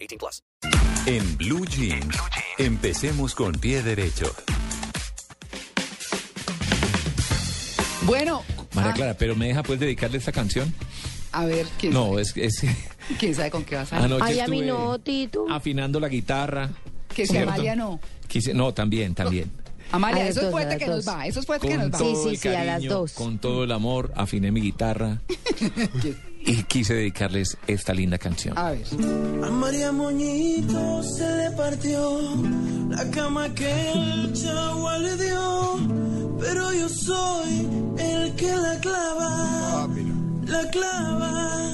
18 plus. En Blue Jeans, empecemos con pie derecho. Bueno, María ah, Clara, pero me deja pues dedicarle esta canción. a ver, ¿quién, No, Ah, es que es, quién sabe con qué vas a anoche Ay, a mí estuve no, Tito. afinando la guitarra. Que sea ¿cierto? Amalia no. Quise- no, también, también. Amalia, A las eso es Ah, dos, a fuerte las que nos dos. va, eso es fuerte que Con nos va. Sí, todo sí, el sí, a las cariño, dos. con todo el amor, afiné mi guitarra y quise dedicarles esta linda canción. A ver, A María Moñito se le partió la cama que el chavo le dio, pero yo soy el que la clava, Ah, la clava,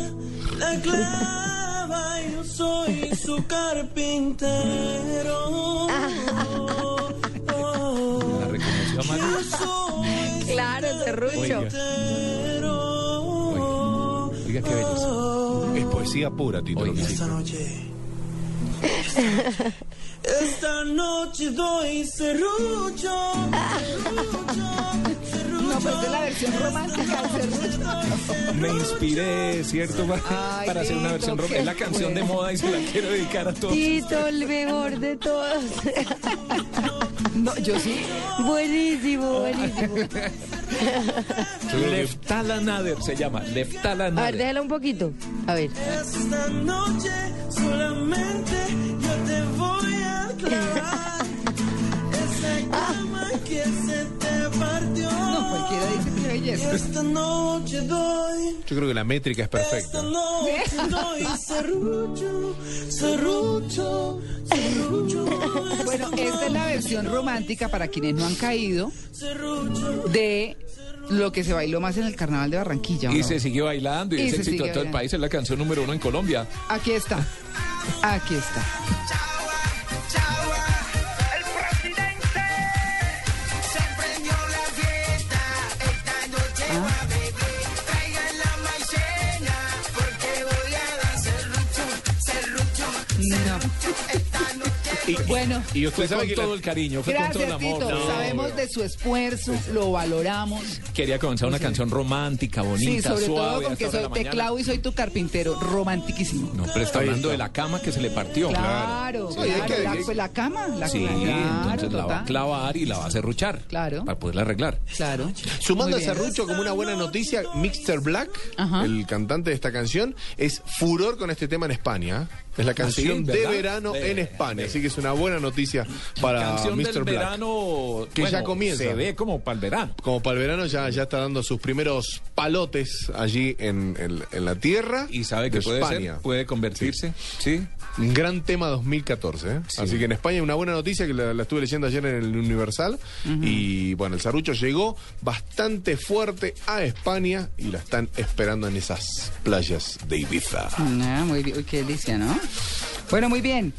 la clava, yo soy su carpintero. La reconoció Amalia. Yo soy su Claro, Cerrucho. Oiga, carpintero. oiga qué belleza. Es poesía pura, Tito. Oiga, sí. Esta noche. Esta noche doy serrucho. no, pero esta es la versión romántica del serrucho. Me inspiré, ¿cierto? Para, Ay, para hacer una Tito, versión rock. qué Es la canción de moda y se la quiero dedicar a todos. Tito, el mejor de todos. No, yo sí, buenísimo, buenísimo. Left Another se llama. Left A ver, Another. déjala un poquito. A ver. Esta noche solamente yo te voy a clavar. Esa cama que se te partió. no, cualquiera dice que belleza. Esta noche doy. Yo creo que la métrica es perfecta. Esta noche doy serrucho, serrucho, serrucho. Bueno, esta es la versión romántica para quienes no han caído serrucho. de lo que se bailó más en el carnaval de Barranquilla. ¿o Y no? se siguió bailando y, Y es se éxito sigue en todo el bailando. país. Es la canción número uno en Colombia. Aquí está, aquí está. Ah. El presidente se prendió la fiesta, esta noche va a beber, traigan la maicena, porque voy a dar serrucho, serrucho, esta noche. Bueno. Fue Y usted Pues sabe con que la- todo el cariño, fue con todo el Gracias, amor. Tito. No, Sabemos de su esfuerzo, lo valoramos. Quería comenzar una canción romántica, Sí, bonita, sobre suave. todo a esta porque hora de soy la mañana. teclado y soy tu carpintero, romantiquísimo. No, pero está Ahí hablando está. de la cama que se le partió. Claro, Sí, hay claro, que- la, pues la cama, la Sí, cama, claro, entonces la va a total, clavar y la va a serruchar. Claro. Para poderla arreglar. Claro. Sumando a Muy bien. Serrucho como una buena noticia, Mixer Black, Ajá. el cantante de esta canción, es furor con este tema en España. Es la sí, canción de ¿verdad? verano De- en España, así que es una buena noticia para canción Mr. del Black. verano. Que ya bueno, comienza. Se ve como para el verano. Como para el verano ya, ya está dando sus primeros palotes allí en, en- en la tierra Y sabe que de puede España. ser, puede convertirse. Sí. Un gran tema 2014. ¿eh? Así que en España hay una buena noticia que la, la estuve leyendo ayer en el Universal. Y bueno, el Serrucho llegó bastante fuerte a España y la están esperando en esas playas de Ibiza. Ah, muy bien, Uy, qué delicia, ¿no? Bueno, muy bien.